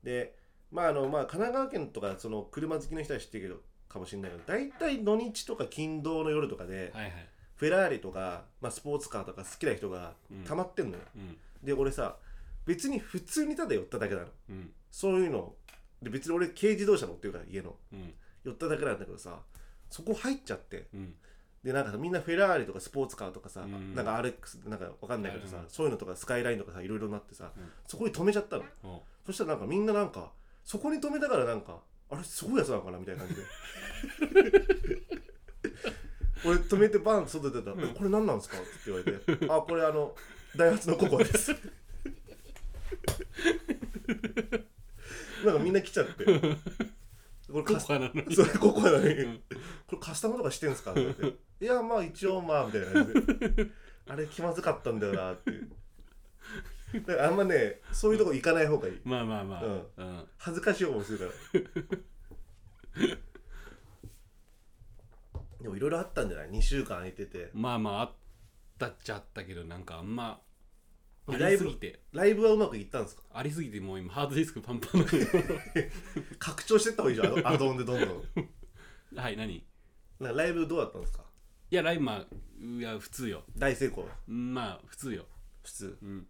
[SPEAKER 2] でまああのまあ神奈川県とかその車好きの人は知ってるけどかもしれないけど大体土日とか勤労の夜とかで、
[SPEAKER 1] はいはい、
[SPEAKER 2] フェラーリとか、まあ、スポーツカーとか好きな人が
[SPEAKER 1] うん
[SPEAKER 2] 溜まってんのよ、
[SPEAKER 1] うん
[SPEAKER 2] で俺さ別に普通にただ寄っただけなの
[SPEAKER 1] うん
[SPEAKER 2] そういうので別に俺軽自動車乗ってるから家の
[SPEAKER 1] うん
[SPEAKER 2] 寄っただけなんだけどさそこ入っちゃって
[SPEAKER 1] うん
[SPEAKER 2] でなんかさみんなフェラーリとかスポーツカーとかさ、
[SPEAKER 1] うん
[SPEAKER 2] なんか RX なんかわかんないけどさ、
[SPEAKER 1] うん
[SPEAKER 2] そういうのとかスカイラインとかさいろいろなってさ、
[SPEAKER 1] うん
[SPEAKER 2] そこに止めちゃったの
[SPEAKER 1] お
[SPEAKER 2] そしたらなんかみんななんかそこに止めたからなんかあれすごいやつなのかなみたいな感じで 俺止めてバンって外出たら「えこれ何なんですか?」って言われて「あこれあのダイハツのココアです」 なんかみんな来ちゃってこれ
[SPEAKER 1] コ
[SPEAKER 2] カス
[SPEAKER 1] コアなのに
[SPEAKER 2] それココアなのに
[SPEAKER 1] うん
[SPEAKER 2] これカスタムとかしてんすか?」って言われて「いやまあ一応まあ」みたいな感じで あれ気まずかったんだよなっていうだからあんまねそういうとこ行かない方がいい
[SPEAKER 1] まあまあまあ、
[SPEAKER 2] うん
[SPEAKER 1] うん
[SPEAKER 2] 恥ずかしい思いするからでもいろいろあったんじゃない2週間空いてて
[SPEAKER 1] まあまああったっちゃあったけどなんかあんまあ
[SPEAKER 2] ライ
[SPEAKER 1] りす
[SPEAKER 2] ブ
[SPEAKER 1] ぎて
[SPEAKER 2] ライブはうまくいったんですか
[SPEAKER 1] ありすぎてもう今ハードディスクパンパンな の
[SPEAKER 2] 拡張してった方がいいじゃんアドアドオンでどんどん
[SPEAKER 1] はい何い
[SPEAKER 2] なんかライブどうだったんですか
[SPEAKER 1] やライブまあいや普通よ
[SPEAKER 2] 大成功
[SPEAKER 1] まあ普通よ
[SPEAKER 2] 普通
[SPEAKER 1] うん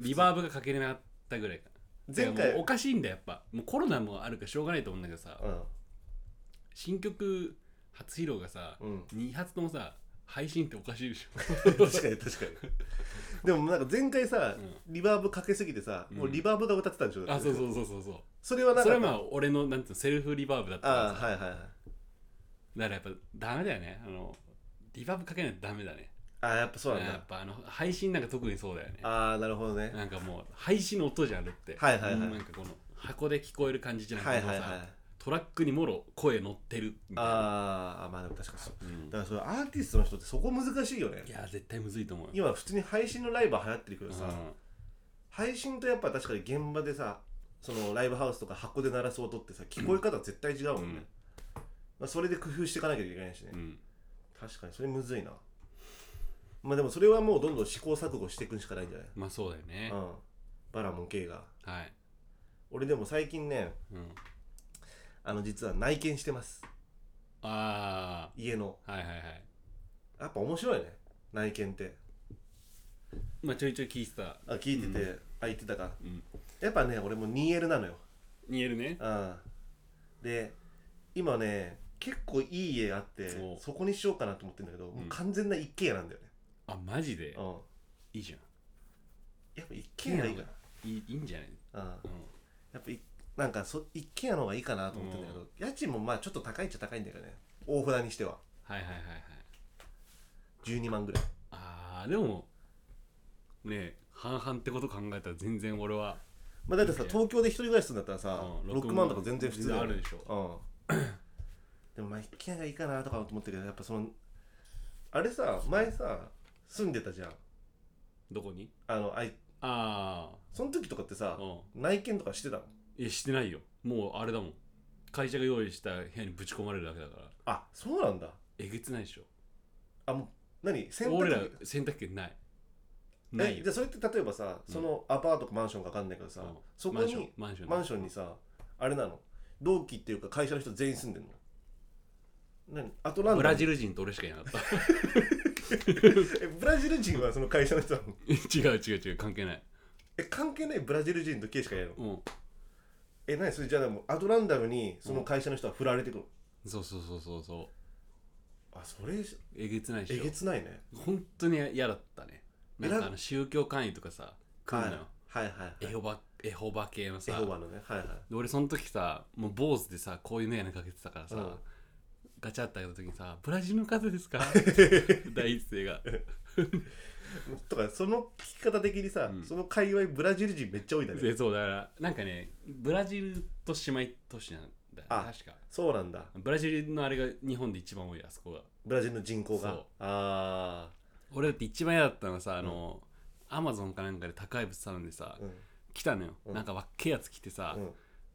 [SPEAKER 1] リバーブがかけれなかったぐらいかな
[SPEAKER 2] 前回
[SPEAKER 1] いやもうおかしいんだやっぱもうコロナもあるからしょうがないと思うんだけどさ新曲初披露がさ、
[SPEAKER 2] うん、うん、
[SPEAKER 1] 二2発ともさ配信っておかしいでし
[SPEAKER 2] 確かに確 かにでもなんか前回さ、
[SPEAKER 1] う
[SPEAKER 2] リバーブかけすぎてさ、
[SPEAKER 1] うん
[SPEAKER 2] もうリバーブが歌ってたんでしょ
[SPEAKER 1] ょあそうそううそうそうそう
[SPEAKER 2] それはなん
[SPEAKER 1] そ
[SPEAKER 2] か
[SPEAKER 1] れはまあ俺のなんていうのセルフリバーブだったから
[SPEAKER 2] あ
[SPEAKER 1] さ
[SPEAKER 2] ーはいはいはい
[SPEAKER 1] だからやっぱダメだよねあのリバーブかけないとダメだね
[SPEAKER 2] あーやっぱそうなん
[SPEAKER 1] や
[SPEAKER 2] だ
[SPEAKER 1] っぱあの配信なんか特にそうだよね
[SPEAKER 2] ああなるほどね
[SPEAKER 1] なんかもう配信の音じゃんあれって
[SPEAKER 2] はいはいはい
[SPEAKER 1] うんなんかこの箱で聞こえる感じじゃなくて、
[SPEAKER 2] はいはいはい
[SPEAKER 1] このさトラックにもろ声乗ってるみたいな、
[SPEAKER 2] あーあまあでも確かにそう
[SPEAKER 1] うん
[SPEAKER 2] だからそれアーティストの人ってそこ難しいよね
[SPEAKER 1] いや絶対むずいと思うよ
[SPEAKER 2] 今普通に配信のライブは流行ってるけどさ、
[SPEAKER 1] う
[SPEAKER 2] 配信とやっぱ確かに現場でさそのライブハウスとか箱で鳴らす音ってさ聞こえ方絶対違うもん
[SPEAKER 1] う
[SPEAKER 2] ね、
[SPEAKER 1] ん
[SPEAKER 2] まあ、それで工夫していかなきゃいけないしね、
[SPEAKER 1] んうん
[SPEAKER 2] 確かにそれむずいなまあでもそれはもうどんどん試行錯誤していくしかないんじゃない、
[SPEAKER 1] まあそうだよね
[SPEAKER 2] う、ん、バラモン系が
[SPEAKER 1] はい、
[SPEAKER 2] 俺でも最近ね
[SPEAKER 1] うん、
[SPEAKER 2] あの実は内見してます
[SPEAKER 1] あ
[SPEAKER 2] 家の
[SPEAKER 1] あはいはいはい
[SPEAKER 2] やっぱ面白いね内見って
[SPEAKER 1] まあちょいちょい聞いてた
[SPEAKER 2] あ聞いてて、
[SPEAKER 1] う
[SPEAKER 2] あ言ってたか
[SPEAKER 1] うん
[SPEAKER 2] やっぱね俺も 2L なのよ
[SPEAKER 1] 言えるね
[SPEAKER 2] うんで今ね結構いい家があって
[SPEAKER 1] そ
[SPEAKER 2] そうこにしようかなと思ってんだけど、もううん完全な一軒家なんだよね
[SPEAKER 1] あマジで
[SPEAKER 2] うん
[SPEAKER 1] いいじゃ
[SPEAKER 2] やっぱ一軒家がいいか
[SPEAKER 1] 一んいいいいんじゃない、
[SPEAKER 2] なうん
[SPEAKER 1] うん、
[SPEAKER 2] やっぱいなんかそ一軒家の方がいいかなと思ってんだけど、家賃もまあちょっと高いっちゃ高いんだけどね大札にしては
[SPEAKER 1] はいはいはいはい
[SPEAKER 2] 12万ぐらい
[SPEAKER 1] ああでもねえ半々ってこと考えたら全然俺は、
[SPEAKER 2] まあだってさ東京で一人暮らしするんだったらさ、
[SPEAKER 1] うん
[SPEAKER 2] 6万とか全然普通だよ、
[SPEAKER 1] 全然あ
[SPEAKER 2] ね
[SPEAKER 1] る、でしょ
[SPEAKER 2] うん、でもまあ一軒家がいいかなとか思ってるけどやっぱそのあれさ前さ住んでたじゃん
[SPEAKER 1] どこに
[SPEAKER 2] あのあい
[SPEAKER 1] あ
[SPEAKER 2] その時とかって
[SPEAKER 1] あ
[SPEAKER 2] さ
[SPEAKER 1] うん
[SPEAKER 2] 内見とかしてたの
[SPEAKER 1] えしてないよもうあれだもん会社が用意した部屋にぶち込まれるだけだから
[SPEAKER 2] あそうなんだ
[SPEAKER 1] えげつないでしょ
[SPEAKER 2] あもう何洗
[SPEAKER 1] 俺ら
[SPEAKER 2] 濯機
[SPEAKER 1] 洗濯機ないな
[SPEAKER 2] え
[SPEAKER 1] い
[SPEAKER 2] じゃ
[SPEAKER 1] よ
[SPEAKER 2] あそれって例えばさそのアパートかマンションかわかんないけどさ、
[SPEAKER 1] うん
[SPEAKER 2] そこ
[SPEAKER 1] マンション
[SPEAKER 2] に
[SPEAKER 1] マンション
[SPEAKER 2] マンションにさあれなの同期っていうか会社の人全員住んでんの何アトランタ
[SPEAKER 1] ブラジル人と俺しかいなかった
[SPEAKER 2] えブラジル人はその会社の人なの
[SPEAKER 1] 違う違う違う関係ない
[SPEAKER 2] え関係ないブラジル人と K しかいないの
[SPEAKER 1] うん
[SPEAKER 2] え何それじゃあでもアトランダムにその会社の人は振られてくる、
[SPEAKER 1] そうそうそうそうそう
[SPEAKER 2] あそれ
[SPEAKER 1] えげつないっし
[SPEAKER 2] え
[SPEAKER 1] ょ
[SPEAKER 2] げつないね
[SPEAKER 1] 本当に嫌だったねなん
[SPEAKER 2] えら
[SPEAKER 1] かあの宗教会員とかさ来るのよ
[SPEAKER 2] はいはいはい
[SPEAKER 1] エホバエホバ系の
[SPEAKER 2] エ
[SPEAKER 1] さ
[SPEAKER 2] ホバのねはいはい
[SPEAKER 1] で俺その時さもう坊主でさこういう眼鏡かけてたからさ、
[SPEAKER 2] うん
[SPEAKER 1] ガチャって開けた時にさ「ブラジルの風 ですか? 」第一声が
[SPEAKER 2] とかその聞き方的にさ、その界隈ブラジル人めっちゃ多いんだね
[SPEAKER 1] でそうだからなんかねブラジルと姉妹都市なんだよ
[SPEAKER 2] あ
[SPEAKER 1] ね確か
[SPEAKER 2] そうなんだ
[SPEAKER 1] ブラジルのあれが日本で一番多いあそこが
[SPEAKER 2] ブラジルの人口が
[SPEAKER 1] そう
[SPEAKER 2] あ
[SPEAKER 1] 俺だって一番嫌だったのはさあの、アマゾンかなんかで高い物頼んでさ、
[SPEAKER 2] あうん
[SPEAKER 1] 来たのよ、
[SPEAKER 2] うん
[SPEAKER 1] なんかわっけえやつ来てさ、
[SPEAKER 2] うん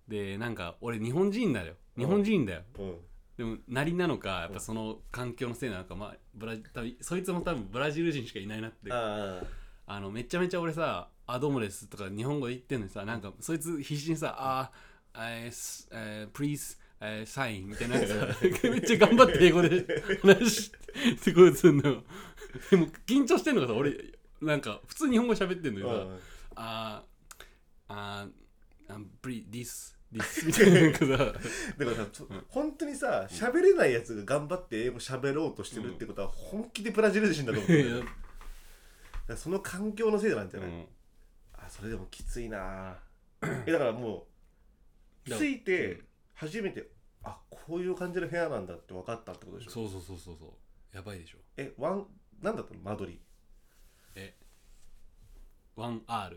[SPEAKER 1] でなんか俺日本人だよ日本人だよ、
[SPEAKER 2] うん
[SPEAKER 1] でもなりなのかやっぱその環境のせいなのか、まあ、ブラ多分そいつも多分ブラジル人しかいないなって
[SPEAKER 2] ああ
[SPEAKER 1] あのめちゃめちゃ俺さ「あどうもです」とか日本語で言ってんのにさなんかそいつ必死にさ「あーえーすえー please えー sign」みたいなやつさ めっちゃ頑張って英語で 話してこいつすんのよでも緊張してんのがさ俺なんか普通日本語喋ってんの
[SPEAKER 2] う
[SPEAKER 1] にさ
[SPEAKER 2] ん
[SPEAKER 1] 「あーあーあー please this this」みたいななんかさ
[SPEAKER 2] だからさ、そ本当にさ喋れないやつが頑張って英語喋ろうとしてるってことは本気でブラジル人だと思う、だからその環境のせいなんじゃ
[SPEAKER 1] う
[SPEAKER 2] ない、
[SPEAKER 1] ん
[SPEAKER 2] あそれでもきついなえだからもう
[SPEAKER 1] だ
[SPEAKER 2] ついて
[SPEAKER 1] うん
[SPEAKER 2] 初めて、あこういう感じの部屋なんだって分かったってことでしょ
[SPEAKER 1] そうそうそうそうそうやばいでしょ
[SPEAKER 2] えワンなんだったの間取 り
[SPEAKER 1] え 1R
[SPEAKER 2] な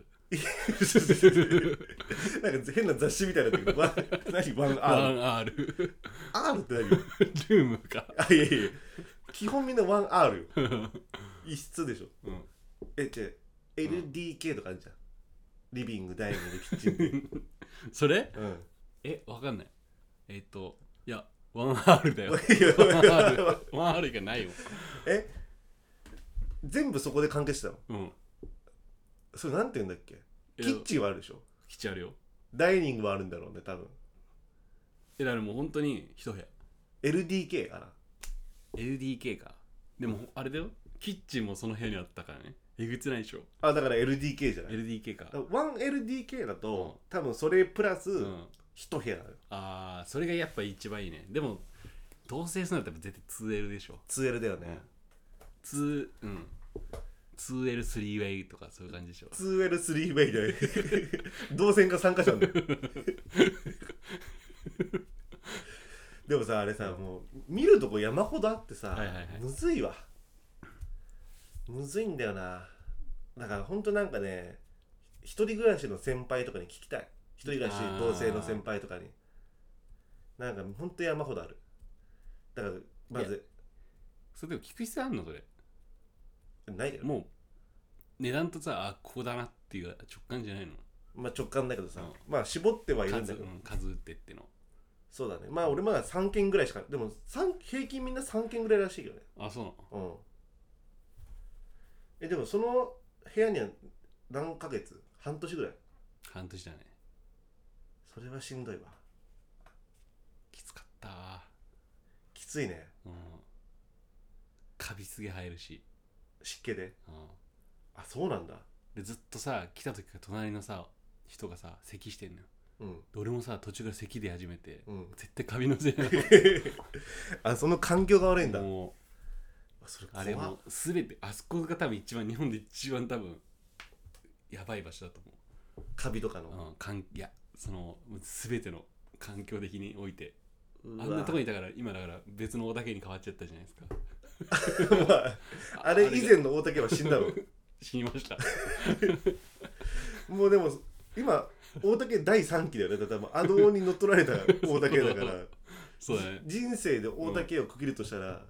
[SPEAKER 2] んか変な雑誌みたいになってるけどワン何ワン R
[SPEAKER 1] 1R ル
[SPEAKER 2] R って何
[SPEAKER 1] ームか
[SPEAKER 2] あいやいやいや基本みんなワン R よ一室でしょ
[SPEAKER 1] うん
[SPEAKER 2] えじゃあ LDK とかあるじゃん、リビングダイニングキッチンって
[SPEAKER 1] それ
[SPEAKER 2] うん
[SPEAKER 1] えわかんないえっといや 1R だよ
[SPEAKER 2] いや
[SPEAKER 1] 1R がないよ
[SPEAKER 2] え 全部そこで完結したの
[SPEAKER 1] うん
[SPEAKER 2] それなんて言うんだっけ
[SPEAKER 1] え
[SPEAKER 2] キッチンはあるでしょ
[SPEAKER 1] 来ちゃうよ
[SPEAKER 2] ダイニングはあるんだろうね多分
[SPEAKER 1] えだからもう本当に一部屋
[SPEAKER 2] LDK かな
[SPEAKER 1] LDK かでもあれだよキッチンもその部屋にあったからねえぐつないでしょ
[SPEAKER 2] あだから LDK じゃない
[SPEAKER 1] LDK か
[SPEAKER 2] 1LDK だ
[SPEAKER 1] うん
[SPEAKER 2] と、多分それプラス
[SPEAKER 1] うん
[SPEAKER 2] 一部屋なのよ
[SPEAKER 1] ああそれがやっぱ一番いいねでも同棲するんだったら絶対 2L でしょ
[SPEAKER 2] 2L だよね、
[SPEAKER 1] 2うん 2L3 ウェイとかそういう感じでしょ
[SPEAKER 2] 2L3 ウェイで動線が参加者なんだよでもさあれさもう見るとこ山ほどあってさ、
[SPEAKER 1] はいはいはい
[SPEAKER 2] むずいわむずいんだよなだからほんとなんかね一人暮らしの先輩とかに聞きたい一人暮らし同棲の先輩とかになんかほんと山ほどあるだからまず
[SPEAKER 1] それでも聞く必要あんのそれ
[SPEAKER 2] ないだよ
[SPEAKER 1] もう値段とさあここだなっていう直感じゃないの
[SPEAKER 2] まあ直感だけどさ、
[SPEAKER 1] う
[SPEAKER 2] まあ絞ってはいるん
[SPEAKER 1] 数、
[SPEAKER 2] だ
[SPEAKER 1] う
[SPEAKER 2] けど
[SPEAKER 1] ん、数打ってっての
[SPEAKER 2] そうだねまあ俺まだ3件ぐらいしかでも三平均みんな3件ぐらいらしいよね
[SPEAKER 1] あそうなの
[SPEAKER 2] うんえでもその部屋には何ヶ月半年ぐらい
[SPEAKER 1] 半年だね
[SPEAKER 2] それはしんどいわ
[SPEAKER 1] きつかったわ
[SPEAKER 2] きついね
[SPEAKER 1] うんカビすげえ生えるし、
[SPEAKER 2] 湿気で
[SPEAKER 1] うん、
[SPEAKER 2] あそうなんだ
[SPEAKER 1] でずっとさ来た時から隣のさ人がさ咳してんのよ
[SPEAKER 2] うん
[SPEAKER 1] で俺もさ途中から咳出始めて、
[SPEAKER 2] うん
[SPEAKER 1] 絶対カビのせい なの
[SPEAKER 2] あその環境が悪いんだ
[SPEAKER 1] もう
[SPEAKER 2] あそれ怖
[SPEAKER 1] あ
[SPEAKER 2] っ
[SPEAKER 1] れも全てあそこが多分一番日本で一番多分やばい場所だと
[SPEAKER 2] カビとかの
[SPEAKER 1] 思う、うん、かんいやその全ての環境的において
[SPEAKER 2] うわ
[SPEAKER 1] あんなとこにいたから今だから別の大竹に変わっちゃったじゃないですか
[SPEAKER 2] ま ああれ以
[SPEAKER 1] が
[SPEAKER 2] 前の大竹は死んだろ
[SPEAKER 1] 死にました
[SPEAKER 2] もうでも今大竹第3期だよねだからもうアドオンに乗っ取られた大竹だから
[SPEAKER 1] そうだね
[SPEAKER 2] 人生で大竹を区切るとしたら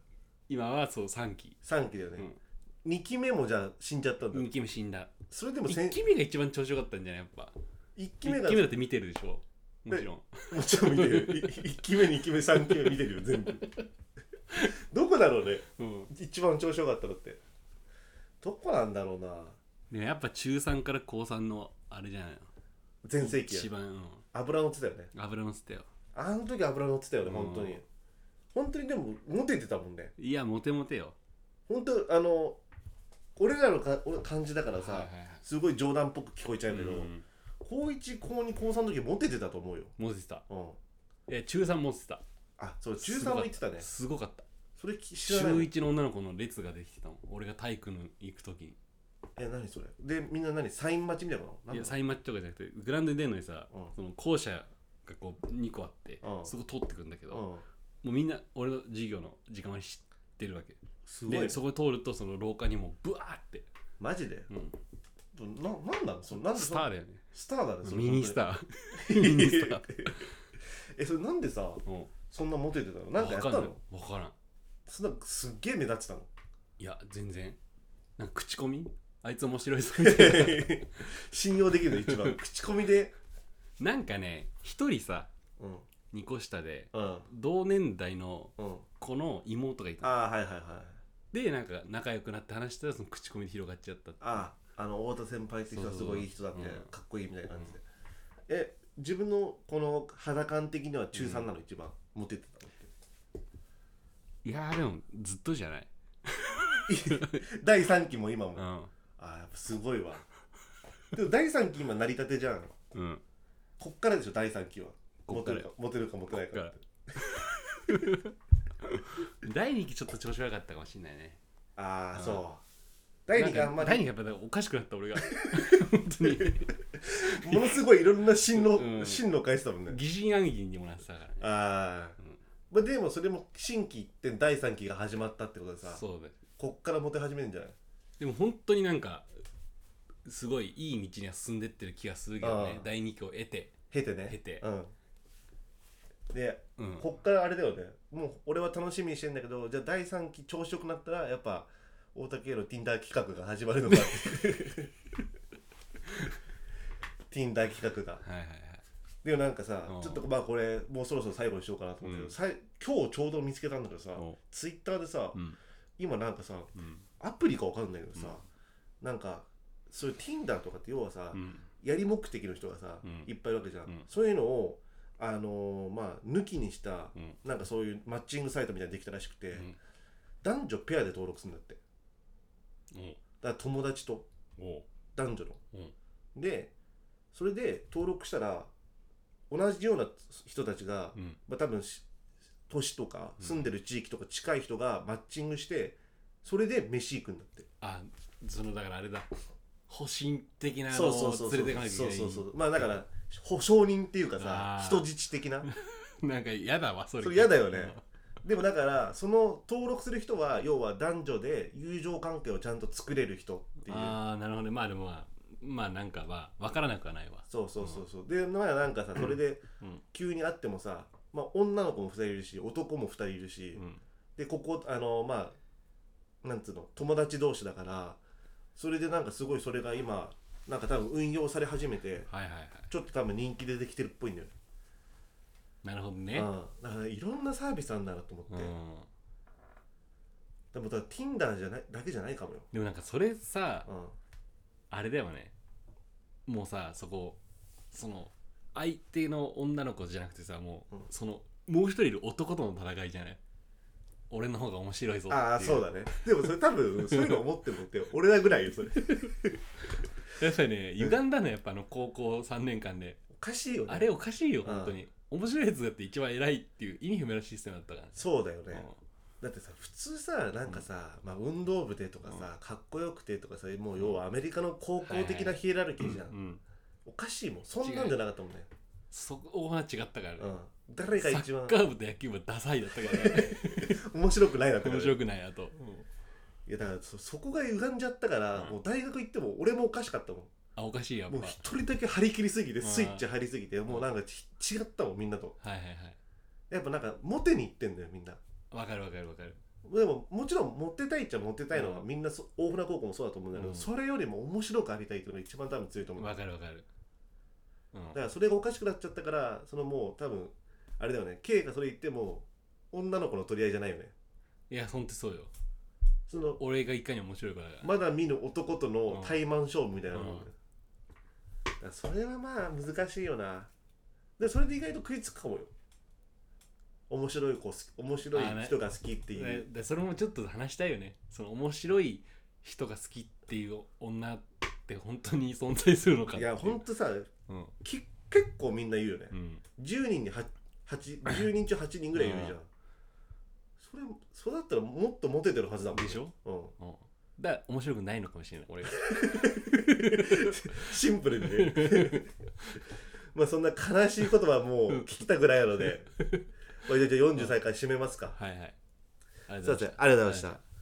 [SPEAKER 1] 今はそう3期
[SPEAKER 2] 3期だよね、二2期目もじゃあ死んじゃったんだ、
[SPEAKER 1] 2期目死んだ
[SPEAKER 2] それでもせん
[SPEAKER 1] 1期目が一番調子よかったんじゃないやっぱ
[SPEAKER 2] 一期目
[SPEAKER 1] 1
[SPEAKER 2] が
[SPEAKER 1] 期目だって見てるでしょもちろん
[SPEAKER 2] もちろん見て るい一期目二期目三期目見てるよ全部どこだろうね
[SPEAKER 1] うん
[SPEAKER 2] 一番調子よかったのってどこなんだろうな
[SPEAKER 1] でもやっぱ中3から高3のあれじゃないの
[SPEAKER 2] 全盛期
[SPEAKER 1] 一
[SPEAKER 2] や
[SPEAKER 1] 番、うん
[SPEAKER 2] 油乗ってたよね
[SPEAKER 1] 油乗せたよ
[SPEAKER 2] あの時油乗ってたよね
[SPEAKER 1] うん
[SPEAKER 2] 本当に本当にでもモテてたもんね
[SPEAKER 1] いやモテモテよ
[SPEAKER 2] 本当あの俺らのか俺感じだからさ、
[SPEAKER 1] はいはいはい
[SPEAKER 2] すごい冗談っぽく聞こえちゃうけど、
[SPEAKER 1] うん
[SPEAKER 2] 高1高2高3の時モテてたと思うよ、
[SPEAKER 1] モテてた
[SPEAKER 2] うん、
[SPEAKER 1] え中3モテてた
[SPEAKER 2] あそう中3も言ってたね
[SPEAKER 1] すごかった
[SPEAKER 2] それき知
[SPEAKER 1] 中
[SPEAKER 2] らない
[SPEAKER 1] 1の女の子の列ができてたもん俺が体育の行く時に
[SPEAKER 2] え何それでみんな何サイン待ちみたいなのないん
[SPEAKER 1] や
[SPEAKER 2] だ
[SPEAKER 1] サインマッチとかじゃなくてグラウンドに出るのにさ、
[SPEAKER 2] うん
[SPEAKER 1] その校舎がこう2個あって、
[SPEAKER 2] うん
[SPEAKER 1] そこ通ってくんだけど、
[SPEAKER 2] う
[SPEAKER 1] も
[SPEAKER 2] ん
[SPEAKER 1] うみんな俺の授業の時間は知ってるわけ
[SPEAKER 2] すごい
[SPEAKER 1] でそこ通るとその廊下にもうブワーって、
[SPEAKER 2] マジで
[SPEAKER 1] うん、
[SPEAKER 2] どななんなのそのなんで
[SPEAKER 1] ス
[SPEAKER 2] そ
[SPEAKER 1] ターだよね
[SPEAKER 2] スターだねそれ
[SPEAKER 1] ミニスタ ー
[SPEAKER 2] 本当
[SPEAKER 1] ミ
[SPEAKER 2] に
[SPEAKER 1] ニスター
[SPEAKER 2] えそれなんでさ
[SPEAKER 1] うん
[SPEAKER 2] そんなモテてたのなんかや
[SPEAKER 1] 分
[SPEAKER 2] った
[SPEAKER 1] かんない
[SPEAKER 2] の
[SPEAKER 1] 分からん
[SPEAKER 2] そんなすっげえ目立ってたの
[SPEAKER 1] いや全然なんか口コミあいつ面白いぞみたい
[SPEAKER 2] 信用できるの 一番口コミで
[SPEAKER 1] ななんかね一人さ
[SPEAKER 2] うん
[SPEAKER 1] 2個下で
[SPEAKER 2] うん
[SPEAKER 1] 同年代の
[SPEAKER 2] うん
[SPEAKER 1] 子の妹がいた
[SPEAKER 2] ああーはいはいはい
[SPEAKER 1] でなんか仲良くなって話したらその口コミで広がっちゃったって
[SPEAKER 2] あああの太田先輩って人はすごいいい人だって
[SPEAKER 1] そうそううん
[SPEAKER 2] かっこいいみたいな感じでえ自分のこの肌感的には中3なの一番モテてたのって
[SPEAKER 1] いやーでもずっとじゃない
[SPEAKER 2] 第3期も今も、
[SPEAKER 1] う
[SPEAKER 2] あ
[SPEAKER 1] ん
[SPEAKER 2] あやっぱすごいわでも第3期今成り立てじゃん
[SPEAKER 1] うん
[SPEAKER 2] こっからでしょ第3期は
[SPEAKER 1] こ
[SPEAKER 2] モ
[SPEAKER 1] っか
[SPEAKER 2] テ
[SPEAKER 1] ら
[SPEAKER 2] るかモテるかモテないかって
[SPEAKER 1] こ 第2期ちょっと調子悪かったかもしれないね
[SPEAKER 2] ああ
[SPEAKER 1] うん
[SPEAKER 2] そう、第2期あ
[SPEAKER 1] な
[SPEAKER 2] んま
[SPEAKER 1] んか第
[SPEAKER 2] り
[SPEAKER 1] 二期やっぱなんかおかしくなった俺 が本当に
[SPEAKER 2] ものすごいいろんな進路、
[SPEAKER 1] うん
[SPEAKER 2] 進路を返してたもんね
[SPEAKER 1] 疑心暗鬼にもなってたからね
[SPEAKER 2] ああ、
[SPEAKER 1] うん
[SPEAKER 2] まあでもそれも新規って第3期が始まったってことでさ
[SPEAKER 1] そうだよ
[SPEAKER 2] こっからモテ始めるんじゃない
[SPEAKER 1] でも本当になんかすごいいい道には進んでってる気がするけどね
[SPEAKER 2] ああ
[SPEAKER 1] 第2期を経て
[SPEAKER 2] 経てね
[SPEAKER 1] 経て
[SPEAKER 2] うんで
[SPEAKER 1] うん
[SPEAKER 2] こっからあれだよねもう俺は楽しみにしてんだけどじゃあ第3期調子よくなったらやっぱ大竹への Tinder 企画が始まるのかって Tinder 企画が
[SPEAKER 1] はいはいはい
[SPEAKER 2] でもなんかさ
[SPEAKER 1] うん
[SPEAKER 2] ちょっとまあこれもうそろそろ最後にしようかなと思うけど、
[SPEAKER 1] うん
[SPEAKER 2] さい今日ちょうど見つけたんだけどさ
[SPEAKER 1] お
[SPEAKER 2] ツイッターでさ、
[SPEAKER 1] うん
[SPEAKER 2] 今なんかさ
[SPEAKER 1] うん
[SPEAKER 2] アプリかわかんないけどさ、なんかそういう Tinder とかって要はさ、
[SPEAKER 1] うん
[SPEAKER 2] やり目的の人がさ、
[SPEAKER 1] うん
[SPEAKER 2] いっぱいいるわけじゃん、
[SPEAKER 1] うん
[SPEAKER 2] そういうのをあのーまあ抜きにした
[SPEAKER 1] うん
[SPEAKER 2] なんかそういうマッチングサイトみたいにできたらしくて、
[SPEAKER 1] うん
[SPEAKER 2] 男女ペアで登録するんだってだから友達と
[SPEAKER 1] おお
[SPEAKER 2] 男女の、でそれで登録したら同じような人たちが、
[SPEAKER 1] うん
[SPEAKER 2] まあ、多分し都市とか
[SPEAKER 1] うん
[SPEAKER 2] 住んでる地域とか近い人がマッチングしてそれで飯行くんだって、
[SPEAKER 1] あそのだからあれだ保身的な
[SPEAKER 2] そ
[SPEAKER 1] の
[SPEAKER 2] うそうそ
[SPEAKER 1] を
[SPEAKER 2] う
[SPEAKER 1] 連れて
[SPEAKER 2] そう
[SPEAKER 1] いかなきゃいけ
[SPEAKER 2] そ
[SPEAKER 1] な
[SPEAKER 2] う
[SPEAKER 1] い
[SPEAKER 2] そうそうまあだから保証人っていうか
[SPEAKER 1] あ
[SPEAKER 2] さ
[SPEAKER 1] ー
[SPEAKER 2] 人質的な
[SPEAKER 1] なんか嫌だわそれ
[SPEAKER 2] それ嫌だよねでもだからその登録する人は要は男女で友情関係をちゃんと作れる人っていう
[SPEAKER 1] ああなるほどねまあでもまあまあなんかまあ分からなくはないわ
[SPEAKER 2] そうそうそうそうでまあなんかさそれで
[SPEAKER 1] うん
[SPEAKER 2] 急に会ってもさ、まあ、女の子も2人いるし男も2人いるし、
[SPEAKER 1] うん
[SPEAKER 2] でここあのまあなんつうの友達同士だからそれでなんかすごいそれが今なんか多分運用され始めて
[SPEAKER 1] はいはいはい
[SPEAKER 2] ちょっと多分人気出てきてるっぽいんだよね、
[SPEAKER 1] なるほど
[SPEAKER 2] う
[SPEAKER 1] ね
[SPEAKER 2] ん、だからいろんなサービスあんだなと思って、
[SPEAKER 1] うん
[SPEAKER 2] でもだから Tinder じゃないだけじゃないかもよ、
[SPEAKER 1] でもなんかそれさ
[SPEAKER 2] うん、
[SPEAKER 1] あれだよねもうさそこその相手の女の子じゃなくてさもう、
[SPEAKER 2] うん
[SPEAKER 1] そのもう一人いる男との戦いじゃない俺の方が面白いぞっていう
[SPEAKER 2] ああそうだねでもそれ多分そういうの思ってるのって俺らぐらいよそれ
[SPEAKER 1] やっぱりね歪んだのやっぱあの高校3年間で
[SPEAKER 2] おかしいよね
[SPEAKER 1] あれおかしいよ
[SPEAKER 2] うん
[SPEAKER 1] 本当に面白いやつだって一番偉いっていう意味不明なシステムだったからね
[SPEAKER 2] そうだよね、
[SPEAKER 1] う
[SPEAKER 2] だってさ普通さなんかさ、まあ、運動部でとかさ、かっこよくてとかさもう要はアメリカの高校的なヒエラルキーじゃん、
[SPEAKER 1] んうん
[SPEAKER 2] おかしいもんそんなんじゃなかったもんね、
[SPEAKER 1] そこは違ったからね
[SPEAKER 2] うん、誰が一番
[SPEAKER 1] サッカー部と野球部はダサいだったから ね
[SPEAKER 2] 面白くないだったから
[SPEAKER 1] 面
[SPEAKER 2] ね
[SPEAKER 1] 白くないあと、
[SPEAKER 2] いやだからそそこが歪んじゃったから、
[SPEAKER 1] うん
[SPEAKER 2] もう大学行っても俺もおかしかったも
[SPEAKER 1] あおかしいやっ
[SPEAKER 2] ん
[SPEAKER 1] ぱ
[SPEAKER 2] もう
[SPEAKER 1] はい
[SPEAKER 2] 一人だけ張り切りすぎて
[SPEAKER 1] うん
[SPEAKER 2] スイッチ張りすぎてもうなんかち違ったもんみんなと
[SPEAKER 1] はいはい
[SPEAKER 2] やっぱなんかモテに行ってんだよみんな
[SPEAKER 1] わかるわかるわかる
[SPEAKER 2] でももちろんモテたいっちゃモテたいのは
[SPEAKER 1] うん
[SPEAKER 2] みんなそ大船高校もそうだと思うんだけど、
[SPEAKER 1] うん
[SPEAKER 2] それよりも面白くありたいっていうのが一番多分強いと思う、
[SPEAKER 1] わかるわかる、うん、
[SPEAKER 2] だからそれがおかしくなっちゃったからそのもう多分あれだよね K がそれ言っても女の子の取り合いじゃないよね
[SPEAKER 1] いやほんとそうよ
[SPEAKER 2] その
[SPEAKER 1] 俺がいかに面白いかだから、
[SPEAKER 2] まだ見ぬ男との対マン勝負みたいなもんだよ、だからそれはまあ難しいよなでそれで意外と食いつくかもよ面白い子好き面白い
[SPEAKER 1] あーね
[SPEAKER 2] 人が好きっていう、
[SPEAKER 1] ででそれもちょっと話したいよねその面白い人が好きっていう女って本当に存在するのかっ
[SPEAKER 2] い
[SPEAKER 1] ていう
[SPEAKER 2] やほんとさ
[SPEAKER 1] うん
[SPEAKER 2] き結構みんな言うよね、
[SPEAKER 1] うん
[SPEAKER 2] 10人には8 10人中8人ぐらいいるじゃんそれそれだったらもっとモテてるはずだもんね
[SPEAKER 1] でしょ、
[SPEAKER 2] うん、
[SPEAKER 1] うんだから面白くないのかもしれない俺が
[SPEAKER 2] シンプルにね まあそんな悲しいことはもう聞きたくないので、まあ、じゃあ43回締めますか
[SPEAKER 1] はいはいあり
[SPEAKER 2] す
[SPEAKER 1] がとう
[SPEAKER 2] い
[SPEAKER 1] ございました
[SPEAKER 2] ませんありがとうございました